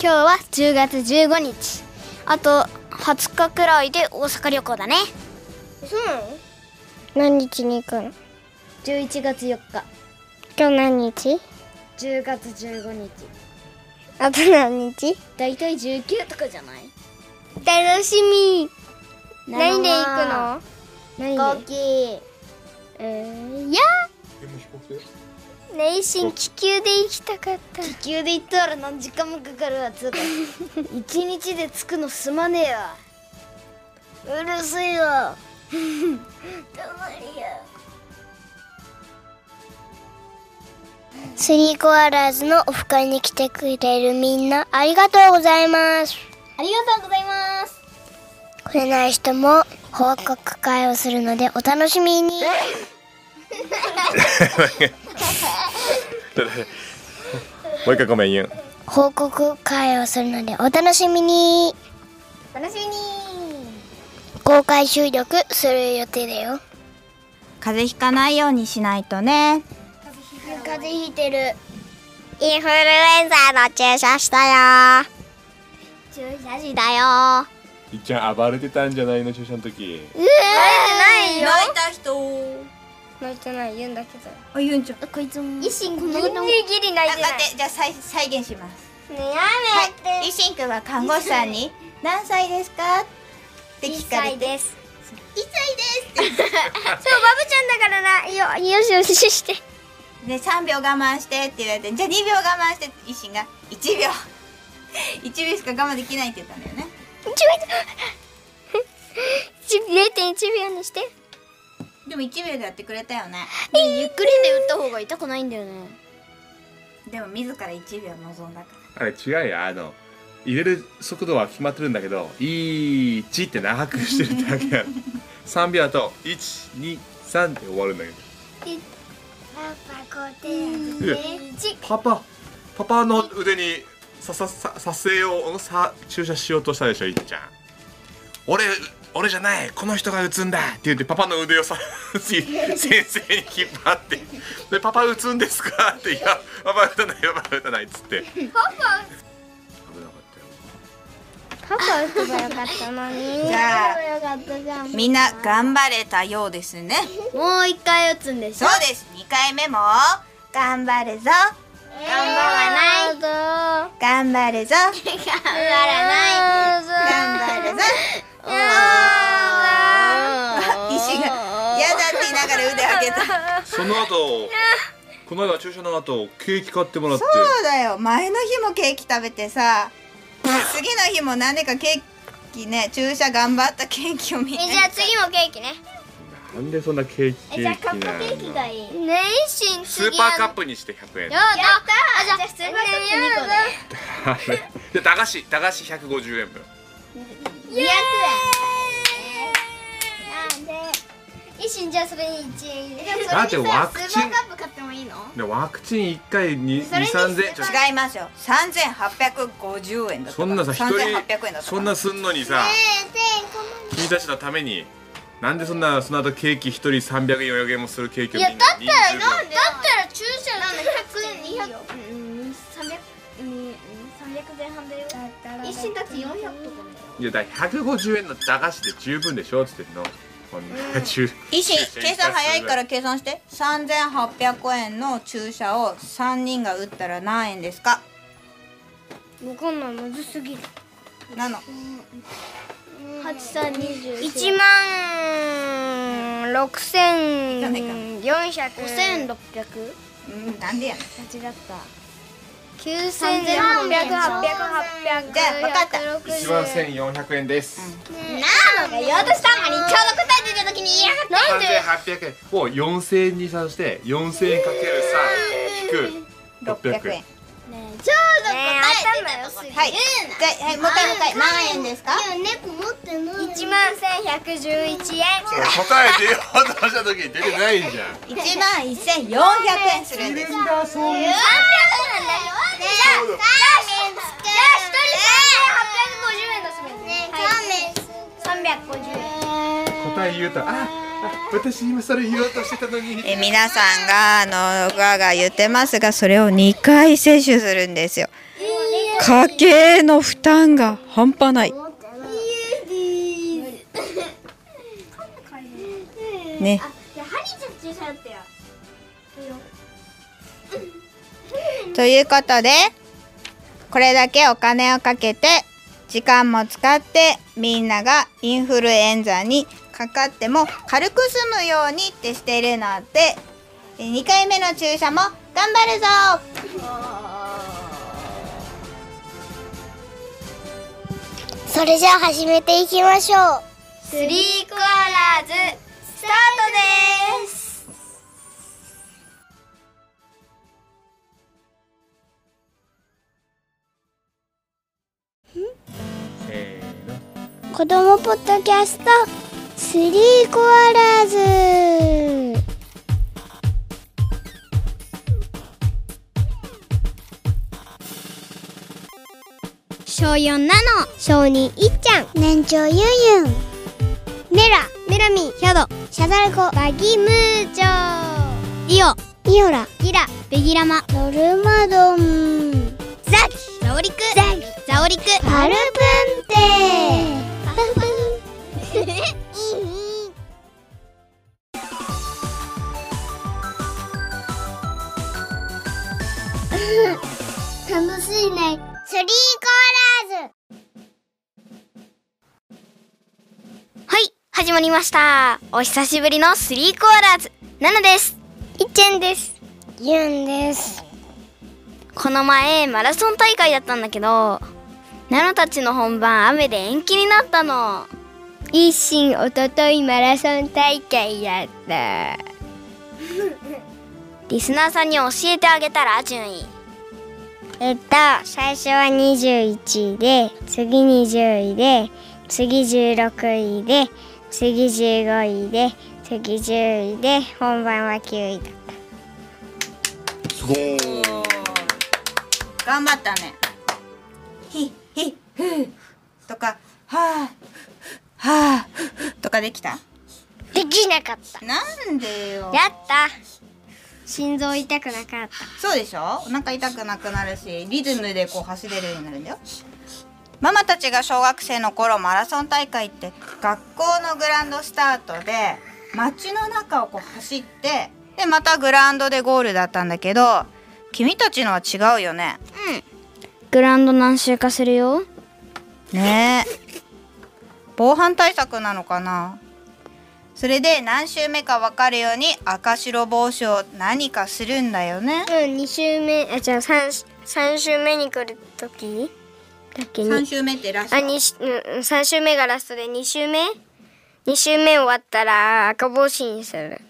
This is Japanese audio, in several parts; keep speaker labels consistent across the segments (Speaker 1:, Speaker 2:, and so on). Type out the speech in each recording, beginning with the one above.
Speaker 1: 今日は10月15日あと20日くらいで大阪旅行だね
Speaker 2: そうなの
Speaker 3: 何日に行くの
Speaker 2: 11月4日
Speaker 3: 今日何日
Speaker 2: 10月15日
Speaker 3: あと何日
Speaker 2: だいたい19とかじゃない
Speaker 3: 楽しみ
Speaker 2: 何で行飛
Speaker 3: 何
Speaker 2: 行
Speaker 3: で
Speaker 2: 機
Speaker 3: えー、いや
Speaker 4: でも飛行機で
Speaker 3: 内心気球で行きたかった
Speaker 2: 気球で行ったら何時間もかかるわつう か一日で着くのすまねえわうるせえわたまりや
Speaker 3: スリーコアラーズのオフ会に来てくれるみんなありがとうございます
Speaker 2: ありがとうございます
Speaker 3: 来れない人も報告会をするのでお楽しみに
Speaker 4: もう一回ごめん言う
Speaker 3: 報告会をするのでお楽しみに
Speaker 2: 楽しみに
Speaker 3: 公開収録する予定だよ
Speaker 5: 風邪ひかないようにしないとね
Speaker 3: 風邪ひいてるインフルエンザの注射したよ
Speaker 1: 注射時だよ
Speaker 4: いっちゃん暴れてたんじゃないの注射の時
Speaker 5: 泣いた人
Speaker 3: 泣いてない言うんだけど
Speaker 5: あ言うんじゃん
Speaker 1: こいつも
Speaker 3: 維新ギリギリ泣いてない
Speaker 5: ってじゃあ再再現します
Speaker 3: ねや
Speaker 5: はい、いしんくんは看護師さんに何歳ですかって聞かれて
Speaker 3: です
Speaker 1: そうバブちゃんだからなよよしよしして
Speaker 5: で3秒我慢してって言われてじゃあ2秒我慢してっていしんが1秒 1秒しか我慢できないって言ったんだよね
Speaker 1: 0.1秒にして
Speaker 5: でも1秒でやってくれたよね
Speaker 2: ゆっくりで打った方が痛くないんだよね
Speaker 5: でも自ら1秒望んだか
Speaker 4: あ
Speaker 5: ら
Speaker 4: れ違うよあの入れる速度は決まってるんだけど「1」って長くしてるだけなの3秒だと「123」で終わるんだけどいやパパパパの腕にさささ撮影をさ注射しようとしたでしょいっちゃん俺俺じゃないこの人が打つんだって言ってパパの腕をさ 先生に引っ張ってでパパ打つんですかっていやパパ打たないパパ打たないっつってパパ危
Speaker 3: パ
Speaker 4: なかったよ
Speaker 3: パ打てばよかったのに
Speaker 5: じゃあみんな頑張れたようですね
Speaker 2: もう一回打つんでし
Speaker 5: そ
Speaker 2: ょ
Speaker 5: うです2回目も頑張るぞ
Speaker 2: 頑張らない
Speaker 5: 頑張るぞ
Speaker 2: 頑張らない
Speaker 5: 頑張 るぞ
Speaker 2: あ
Speaker 5: 医師が「嫌だ」って言いながら腕上げた
Speaker 4: その後この間注射の後ケーキ買ってもらって
Speaker 5: そうだよ前の日もケーキ食べてさ次の日も何でかケーキね注射頑張ったケーキを見て
Speaker 1: えじゃあ次もケーキね
Speaker 4: なんでそんなケーキケーキなの
Speaker 2: いい
Speaker 1: ねえしん
Speaker 4: スーパーカップにして100円
Speaker 1: やだあじゃあ普通にねやだ
Speaker 4: で駄菓子駄菓子150円分
Speaker 1: 200円なんで一心じゃあそれに1円入れる
Speaker 4: だってワクチン
Speaker 2: カップ買ってもいいの
Speaker 4: でワクチン1回に2000円ちょ
Speaker 5: 違いますよ3850円だった
Speaker 4: そんなさ一
Speaker 5: 3800
Speaker 4: 人
Speaker 5: 円だった
Speaker 4: そんなすんのにさ君たちのためになんでそんなその後ケーキ一人300円400円もするケーキをみんなに
Speaker 2: だったら注射なんで100円200うん300うん300前半だよ一心たち400とか
Speaker 4: いやだから150円の駄菓子で十分でしょっつってんのこんな中
Speaker 5: 医師計算早いから計算して3800円の注射を3人が打ったら何円ですか
Speaker 3: わかんないむずすぎる
Speaker 5: なの
Speaker 2: 8三20
Speaker 3: 1万6400
Speaker 2: 1600
Speaker 5: うんなんでやねん
Speaker 2: 間違った
Speaker 3: 9800
Speaker 5: じゃあ分かった
Speaker 4: 1万1400円です
Speaker 1: なのか言おうとしたのにちょうど答えてた時に言いやがった
Speaker 4: 3800円を4000円に算して4000円かける3引く
Speaker 5: 600円
Speaker 1: 頭よすぎ
Speaker 5: はいじゃあ、はい、もう一回もう一回何円ですか
Speaker 2: 猫持ってない
Speaker 3: 1万1111円
Speaker 4: それ答え出ようとした時に出てないじゃん
Speaker 5: 1万1400円するんです
Speaker 4: 答え言うとああ私今それ言おうとしてたのに
Speaker 5: え皆さんがあのガーガー言ってますがそれを2回摂取するんですよ
Speaker 6: 家計の負担が半端ないね
Speaker 5: ということでこれだけお金をかけて時間も使ってみんながインフルエンザにかかっても軽く済むようにってしてるので2回目の注射も頑張るぞ
Speaker 3: それじゃあ始めていきましょう
Speaker 2: スリーコアラーズスタートです
Speaker 4: せーの
Speaker 3: 子供ポッドキャストスリーコアラーズ
Speaker 1: 小4なの
Speaker 3: 小人いっちゃん年長ゆうゆんメラメラミ
Speaker 1: ヒャド
Speaker 3: シャザルコバギムーチョ
Speaker 1: リオ
Speaker 3: イオラ
Speaker 1: ギラベギラマ
Speaker 3: ノルマドン
Speaker 1: ザキザオリクザキザオリク
Speaker 3: パルプンテ楽しいねスリーコーラーズ
Speaker 1: はい始まりましたお久しぶりのスリーコアラーズナナですいっちゃんです
Speaker 3: ゆんです
Speaker 1: この前マラソン大会だったんだけどナナたちの本番雨で延期になったの
Speaker 3: 一心おとといマラソン大会やった
Speaker 1: リスナーさんに教えてあげたら順位
Speaker 3: えっと最初は21位で次20位で次16位で次15位で次10位で本番は9位だ
Speaker 4: すごい
Speaker 5: 頑張ったね。ひひふうとかはあはあとかできた？
Speaker 3: できなかった
Speaker 5: なんでよ。
Speaker 3: やった心臓痛くなかっ
Speaker 5: そうでしょ？お腹痛くなくなるし、リズムでこう走れるようになるんだよ。ママたちが小学生の頃マラソン大会って学校のグラウンドスタートで街の中をこう走ってでまたグラウンドでゴールだったんだけど君たちのは違うよね。
Speaker 1: グラウンド何周かするよ
Speaker 5: ねえ防犯対策なのかなそれで何周目か分かるように赤白帽子を何かするんだよね
Speaker 3: たうん2周目あじゃあ 3, 三周目に来る時だっけに
Speaker 5: 3周目ってラス
Speaker 3: あにし、うん、3周目がラストで2周目2周目終わったら赤帽子にする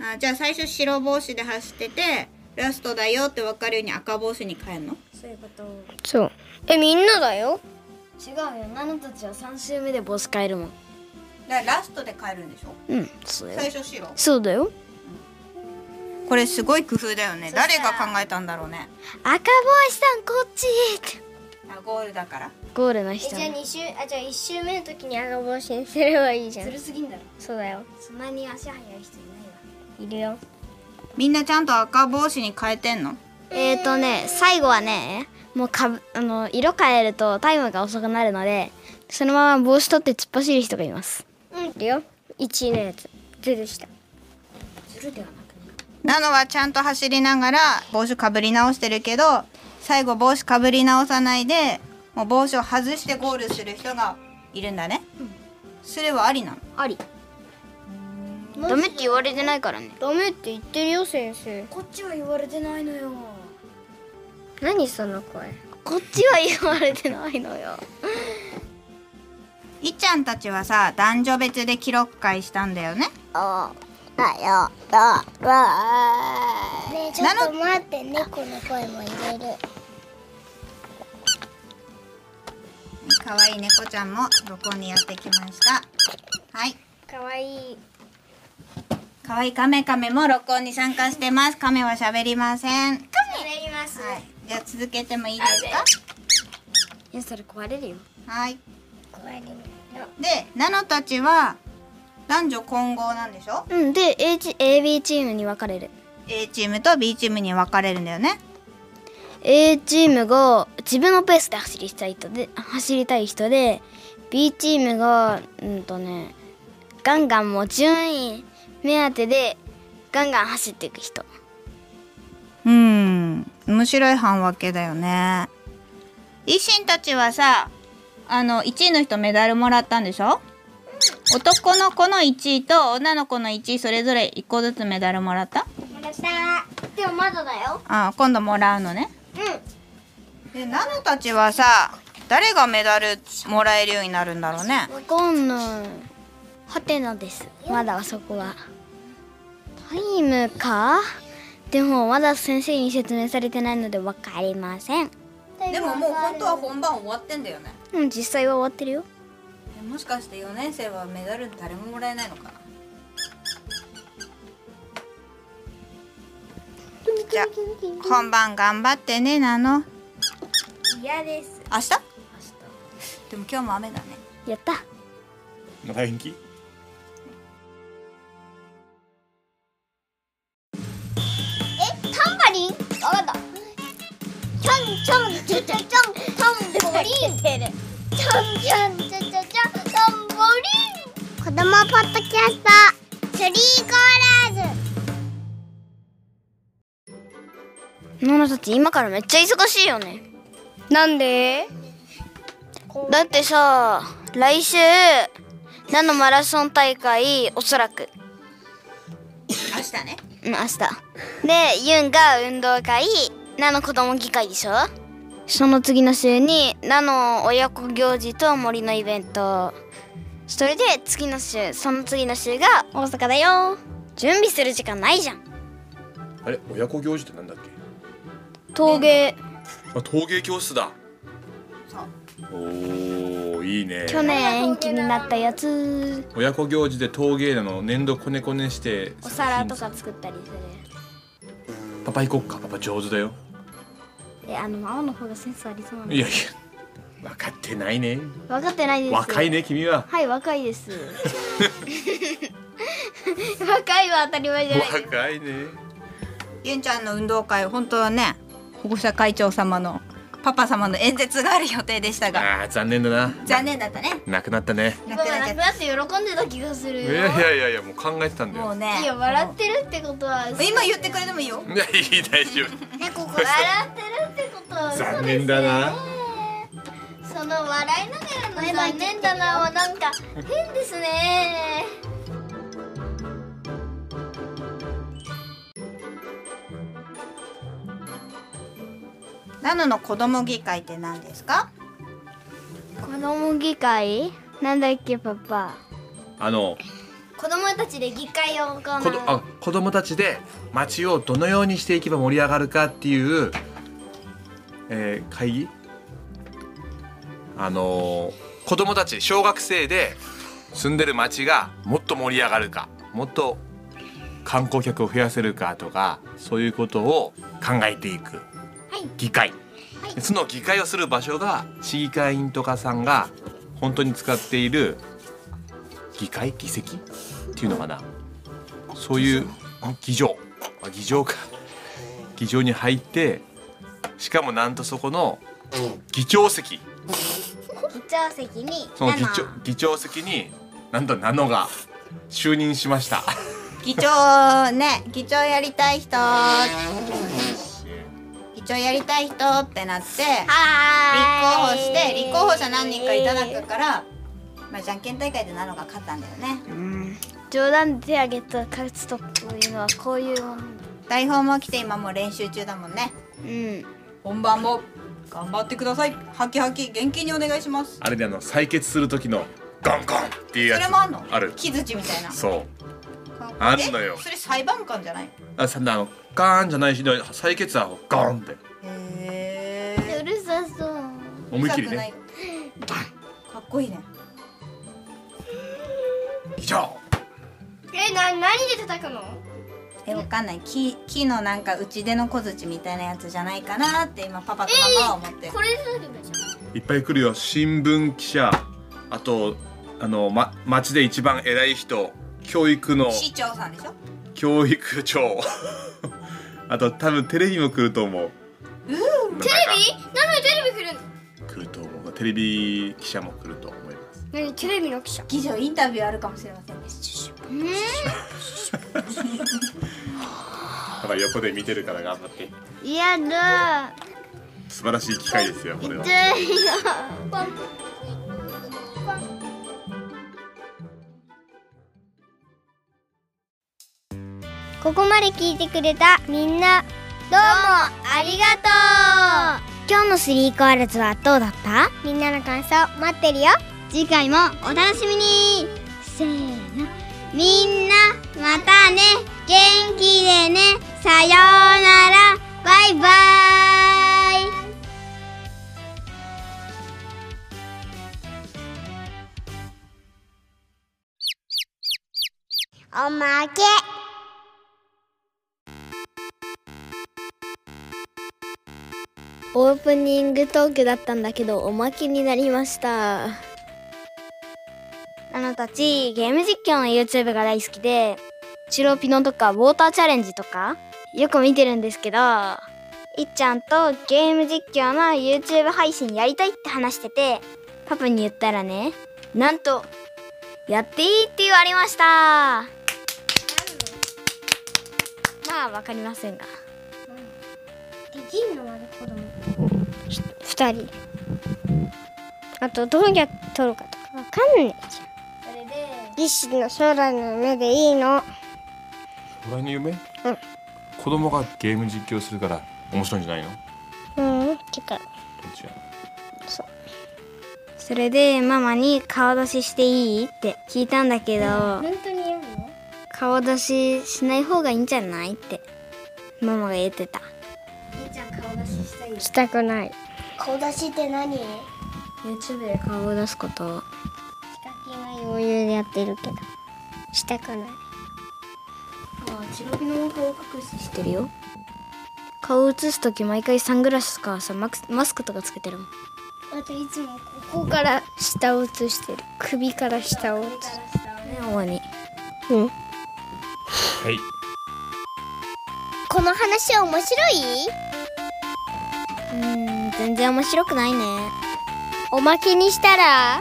Speaker 5: あじゃあ最初白帽子で走っててラストだよって分かるように赤帽子に変えるの
Speaker 3: そうえみんなだよ
Speaker 2: 違うよナナたちは3周目でボス変えるもん
Speaker 5: だからラストで変えるんでしょ
Speaker 1: うんそうよ
Speaker 5: 最初白
Speaker 1: そうだよ
Speaker 5: これすごい工夫だよね誰が考えたんだろうね
Speaker 1: 赤帽子さんこっちって
Speaker 5: あゴールだから
Speaker 1: ゴールの人
Speaker 3: じゃあ2周あじゃあ1周目の時に赤帽子にすればいいじゃん
Speaker 2: 古すぎんだろ
Speaker 3: そうだよ
Speaker 2: そんなに足速い人いないわ
Speaker 3: いるよ
Speaker 5: みんなちゃんと赤帽子に変えてんの
Speaker 1: えーとね最後はねもうかぶあの色変えるとタイムが遅くなるのでそのまま帽子取って突っ走る人がいます
Speaker 3: うんいるよ1位のやつ出てきた
Speaker 5: なのはちゃんと走りながら帽子かぶり直してるけど最後帽子かぶり直さないでもう帽子を外してゴールする人がいるんだね、それはありなの
Speaker 1: ありダメって言われてないからね
Speaker 3: ダメって言ってるよ先生
Speaker 2: こっちは言われてないのよ
Speaker 3: 何その声
Speaker 1: こっちは言われてないのよ
Speaker 5: いっちゃんたちはさ男女別で記録会したんだよね
Speaker 3: ねえちょっと待って猫の声も入れる
Speaker 5: かわいい猫ちゃんも録音にやってきましたはい
Speaker 3: かわいい
Speaker 5: かわいいカメカメも録音に参加してますカメは喋りませんは
Speaker 3: 喋ります
Speaker 5: いじゃあ続けてもいいですか
Speaker 1: いやそれ壊れるよ
Speaker 5: はい
Speaker 3: 怖いね
Speaker 5: でナノたちは男女混合なんでしょ
Speaker 1: うんで A チ AB チームに分かれる
Speaker 5: A チームと B チームに分かれるんだよね
Speaker 1: A チームが自分のペースで走りたい人で走りたい人で B チームがうんとねガンガンもう順位目当てでガンガン走っていく人
Speaker 5: うん面白い半分けだよね維新たちはさあの1位の人メダルもらったんでしょ男の子の1位と女の子の1位それぞれ1個ずつメダルもらった
Speaker 2: でもまだだよ
Speaker 5: あ今度もらうのねうんでナノたちはさ誰がメダルもらえるようになるんだろうね
Speaker 1: わかんないハテナですまだあそこはタイムかでもまだ先生に説明されてないのでわかりません
Speaker 5: でももう本当は本番終わってんだよね
Speaker 1: うん実際は終わってるよ
Speaker 5: もしかして4年生はメダル誰ももらえないのかなじゃあ本番頑張ってねなの
Speaker 2: 嫌です
Speaker 5: 明日でも今日も雨だね
Speaker 1: やった
Speaker 4: 長延期
Speaker 2: タンバリンわかったちゃんちゃんちゃちゃちゃんタンボリンちゃんちゃんちゃちゃちゃんタンボリン子供ポッドキャストスリーコーラーズ
Speaker 1: ノナたち今からめっちゃ忙しいよねなんでだってさ来週ナノマラソン大会おそらく
Speaker 5: 明日ね
Speaker 1: うん明日でユンが運動会ナノ子供議会でしょその次の週にナノ親子行事と森のイベントそれで次の週その次の週が大阪だよ準備する時間ないじゃん
Speaker 4: あれ親子行事ってなんだっけ
Speaker 1: 陶芸
Speaker 4: あ陶芸教室だ
Speaker 5: そう
Speaker 4: おおいいね
Speaker 1: 去年延期になったやつ
Speaker 4: 親子行事で陶芸なの粘土こねこねして
Speaker 1: お皿とか作ったりする
Speaker 4: パパ行こっかパパ上手だよ
Speaker 1: えあの青の方がセンスありそうなん
Speaker 4: いやいや分かってないね
Speaker 1: 分かってないです
Speaker 4: 若いね君は
Speaker 1: はい若いです若いは当たり前じゃない
Speaker 4: 若いね
Speaker 5: ゆんちゃんの運動会本当はね保護者会長様のパパ様の演説がある予定でしたが
Speaker 4: あー残念だな
Speaker 5: 残念だったね
Speaker 4: なくなったね
Speaker 5: なくなっちゃっ
Speaker 1: って喜んでた気がす
Speaker 4: い
Speaker 1: る
Speaker 4: やいやいやいやもう考えてたん
Speaker 5: た
Speaker 4: だ
Speaker 5: もう
Speaker 4: よ
Speaker 5: ね
Speaker 1: てるってことは笑
Speaker 5: 今言ってくれてもいいよ
Speaker 4: いやいい大丈夫
Speaker 2: ねここ
Speaker 1: ってるってことは
Speaker 4: 残念だな
Speaker 1: その笑いながらの残念だなはなんか変ですね
Speaker 5: ナノの子供議会って何ですか
Speaker 1: 子供議会なんだっけパパ
Speaker 4: あの
Speaker 2: 子供たちで議会を行う
Speaker 4: 子どあ子供たちで街をどのようにしていけば盛り上がるかっていう、えー会議あのー子供たち小学生で住んでる街がもっと盛り上がるかもっと観光客を増やせるかとかそういうことを考えていく議会、でその議会をする場所が市議会員とかさんが本当に使っている議会議席っていうのかなそういうあ議場あ議場か議場に入ってしかもなんとそこの議長席
Speaker 2: 議長席に
Speaker 4: その議長議長席になんとナノが就任しました
Speaker 5: 議長ね議長やりたい人議長やりたい人ってなって立候補して立候補者何人かいただくから、まあ、じゃんけん大会でナノが勝ったんだよね
Speaker 1: 冗談で手挙げた勝つとこういうのはこういうもの
Speaker 5: 台本も来て今もう練習中だもんね
Speaker 1: うん
Speaker 5: 本番も頑張ってくださいハキハキ元気にお願いします
Speaker 4: あれであの採血する時のガンガンっていうや
Speaker 5: そ
Speaker 4: つ
Speaker 5: れもあんの
Speaker 4: ある
Speaker 5: 木槌みたいな
Speaker 4: そうあんのよ
Speaker 5: えそれ裁判官じゃない
Speaker 4: あさあのガーンじゃないしでも採血はガーンって
Speaker 5: へ
Speaker 2: うるさそう
Speaker 4: 思いっきりね
Speaker 5: かっこいいね
Speaker 4: 議長
Speaker 2: えな何で叩くの
Speaker 5: えわかんない木木のなんか打ち出の小槌みたいなやつじゃないかなって今パパとママは思ってる、
Speaker 2: これすぐでし
Speaker 4: いっぱい来るよ新聞記者あとあの、ま、町で一番偉い人教育の
Speaker 5: 市長さんでしょ
Speaker 4: 教育長あと多分テレビも来ると思う
Speaker 5: う
Speaker 4: テレ
Speaker 2: なのにテレビ来る
Speaker 4: ビ来ると思うテレビ記者も来ると思います
Speaker 2: の何テレビの記者
Speaker 5: 議長インタビューあるかもしれませんね
Speaker 4: だから横で見てるから頑張って
Speaker 1: やだ
Speaker 4: 素晴らしい機会ですよこれは
Speaker 3: ここまで聞いてくれたみんなどうもありがとう今日のスリーコアルズはどうだったみんなの感想待ってるよ次回もお楽しみにせーのみんなまたね元気でねさようならバイバイおまけ
Speaker 1: オープニングトークだったんだけどおまけになりましたあのたちゲーム実況の YouTube が大好きでチロピノとかウォーターチャレンジとかよく見てるんですけどいっちゃんとゲーム実況の YouTube 配信やりたいって話しててパパに言ったらねなんとやっていいって言われましたまあわかりませんが
Speaker 2: できるのあれ子供
Speaker 3: 2人あとどうやって撮るかとかわかんないじ
Speaker 2: それで
Speaker 3: ゃん技師の将来の夢でいいの
Speaker 4: 将来の夢、子供がゲーム実況するから面白いんじゃないのど
Speaker 3: うんてか
Speaker 4: っちや
Speaker 1: それでママに顔出ししていいって聞いたんだけど
Speaker 2: 本当に読むの
Speaker 1: 顔出ししない方がいいんじゃないってママが言ってた
Speaker 2: じゃあ顔出ししたい
Speaker 3: したくない
Speaker 2: 顔出しって何
Speaker 1: YouTube で顔を出すこと
Speaker 3: 課金は余裕でやってるけどしたくない
Speaker 1: チロビの顔隠ししてるよ顔映す時毎回サングラスとかさマクマスクとかつけてるもん
Speaker 3: あといつもここから下を映してる首から下を映す
Speaker 1: ね主に
Speaker 4: はい
Speaker 2: この話は面白いう
Speaker 1: ーん全然面白くないね
Speaker 3: おまけにしたら